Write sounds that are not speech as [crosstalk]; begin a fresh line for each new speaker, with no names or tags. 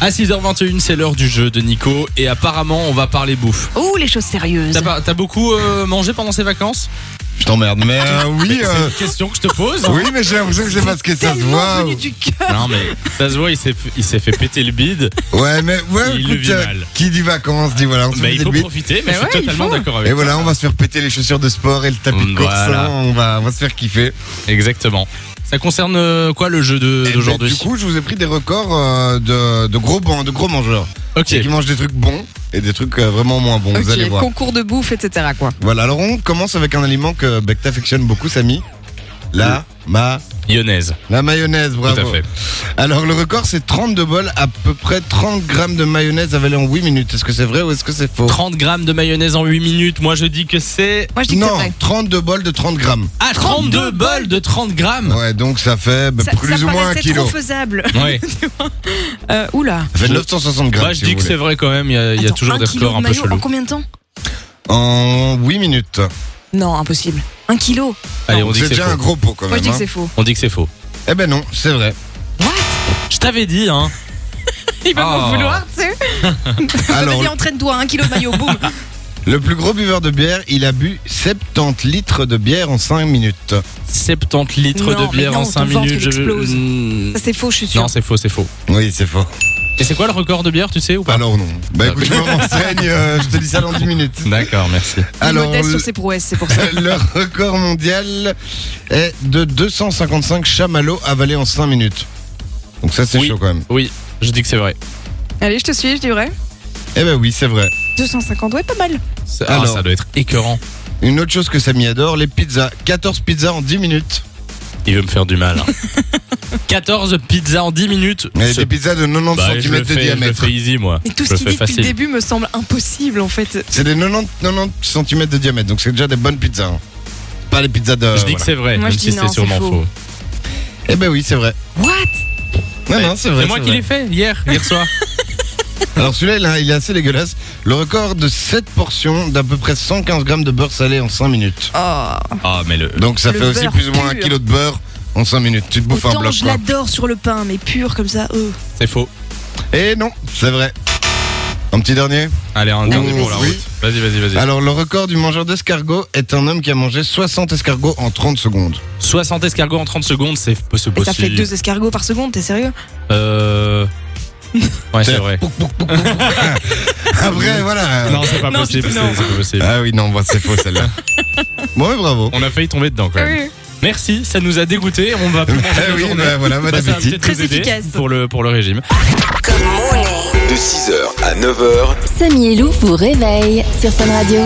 À 6h21, c'est l'heure du jeu de Nico et apparemment on va parler bouffe.
Oh, les choses sérieuses.
T'as pas- T'as beaucoup euh, mangé pendant ces vacances Ah,
Je t'emmerde, mais euh, oui,
C'est
euh,
une question que je te pose.
oui, mais j'ai l'impression que j'ai masqué, ça se
Tellement
voit.
venu du cœur.
Non mais ça se voit, il s'est il s'est fait péter le
[laughs]
bide.
Ouais, mais ouais,
Il le
écoute,
vit
euh,
mal.
qui dit vacances dit voilà, on se
Bah,
fait
il
des
faut
bites.
profiter, mais,
Mais
je suis
ouais, il
totalement
faut.
d'accord avec
Et
toi.
voilà, on va se faire péter les chaussures de sport et le tapis de course.
Voilà.
hein, on, va, on va se faire kiffer.
Exactement. Ça concerne euh, quoi le jeu de-
Et
d'aujourd'hui
ben, Du coup, je vous ai pris des records euh, de, de gros bons, de gros mangeurs.
Ok.
Qui mangent des trucs bons et des trucs euh, vraiment moins bons. Vous allez
Ok,
voir.
concours de bouffe, etc. Quoi.
Voilà, alors on commence avec un aliment que, bah, que t'affectionnes beaucoup, Samy. La, ma,
Lyonnaise.
la mayonnaise,
Tout
bravo.
à fait.
Alors le record c'est 32 bols, à peu près 30 grammes de mayonnaise avalée en 8 minutes. Est-ce que c'est vrai ou est-ce que c'est faux
30 grammes de mayonnaise en 8 minutes. Moi je dis que c'est
Moi, je dis que c'est
Non,
vrai.
32 bols de 30 grammes.
ah 32 bols de 30 grammes.
Ouais, donc ça fait bah,
Ça,
plus
ça
ou moins un
paraissait
kilo.
trop faisable.
Ouais.
Euh, oula.
Ça fait 960 grammes.
Moi je
si
dis
vous
que c'est
voulez.
vrai quand même. Il y a, il y a
Attends,
toujours des
kilo
records un peu
maillot En
chelous.
combien de temps
En 8 minutes.
Non, impossible. Un kilo.
Allez, on dit que
C'est
c'est
déjà
faux.
un gros pot quand
Moi,
même.
je dis que
hein.
c'est faux.
On dit que c'est faux.
Eh ben non, c'est vrai.
Je t'avais dit hein.
Il va
Oh.
m'en vouloir, tu sais.
[laughs] Alors,
Vas-y, entraîne-toi, un kilo de maillot, boum.
le plus gros buveur de bière, il a bu 70 litres de bière en 5 minutes.
70 litres
Non,
de
mais
bière
non,
en
ton
5
ventre,
minutes.
il explose.
Hmm.
Ça, c'est faux, je suis sûre.
Non, c'est faux, c'est faux.
Oui, c'est faux.
Et c'est quoi le record de bière, tu sais ou
[laughs]
pas
Alors non. Bah
Ah,
écoute, je me renseigne, euh, je te dis ça dans 10
[laughs]
minutes.
D'accord, merci.
Il est
Alors,
modeste
le-
sur ses prouesses, c'est pour ça.
[laughs] Le record mondial est de 255 chamallows avalés en 5 minutes. Donc ça c'est
Oui.
chaud quand même.
Oui, je dis que c'est vrai.
Allez, je te suis, je dis vrai.
Eh ben oui, c'est vrai.
250, ouais, pas mal.
C'est- Ah,
Alors.
ça doit être écœurant.
Une autre chose que Samy adore, les pizzas. 14 pizzas en 10 minutes.
Il veut me faire du
[laughs]
mal. hein. 14 pizzas en 10 minutes.
Mais
C'est-
des pizzas de 90
bah, je
cm
le
de
fais, je le
diamètre.
fais easy, moi.
Mais tout
Je
ce
le
qu'il
fais
dit depuis
facile.
le début me semble impossible, en fait.
C'est des 90, 90 cm de diamètre, donc c'est déjà des bonnes pizzas. hein. Pas les pizzas de...
Je dis que
voilà.
c'est vrai,
Moi, je
même
dis
si
non,
c'est
c'est
sûrement
faux.
faux.
Eh ben oui, c'est vrai.
What
Non, non, c'est vrai.
C'est moi
c'est
qui
vrai.
l'ai fait hier, hier
[laughs]
soir.
Alors celui-là, il a- il est assez dégueulasse. Le record de 7 portions d'à peu près 115 grammes de beurre salé en 5 minutes.
Oh.
Ah, mais le.
Donc ça
Le
fait aussi
beurre
plus ou moins un
pur.
kilo de beurre en 5 minutes. Tu te bouffes un
Autant
bloc.
je
quoi.
l'adore sur le pain, mais pur comme ça. euh.
C'est faux.
Et Eh non, c'est vrai. Un petit dernier.
Allez, un dernier
oui,
pour la
oui.
route. Vas-y, vas-y, vas-y.
Alors le record du mangeur d'escargots est un homme qui a mangé 60 escargots en 30 secondes.
60 escargots en 30 secondes, c'est c'est
Et ça fait
possible.
deux escargots par seconde, t'es sérieux
Euh. Ouais, c'est vrai.
Pouc, pouc, pouc, pouc, pouc. Après voilà.
[laughs] Non, c'est pas
Non,
possible.
je-
c'est-
non.
c'est pas possible.
Ah oui non, bah, c'est faux
[laughs]
celle-là. bon ouais, bravo.
On a failli tomber dedans quand même. Merci, ça nous a dégoûté. On va plus [laughs] manger
Eh
de la
oui,
journée.
bah, voilà, bon
Bah, ça va
appétit.
peut-être
Très
nous aider
efficace.
Pour le, pour le régime.
De 6h à 9h,
Samy et Lou vous réveille sur Fun Radio.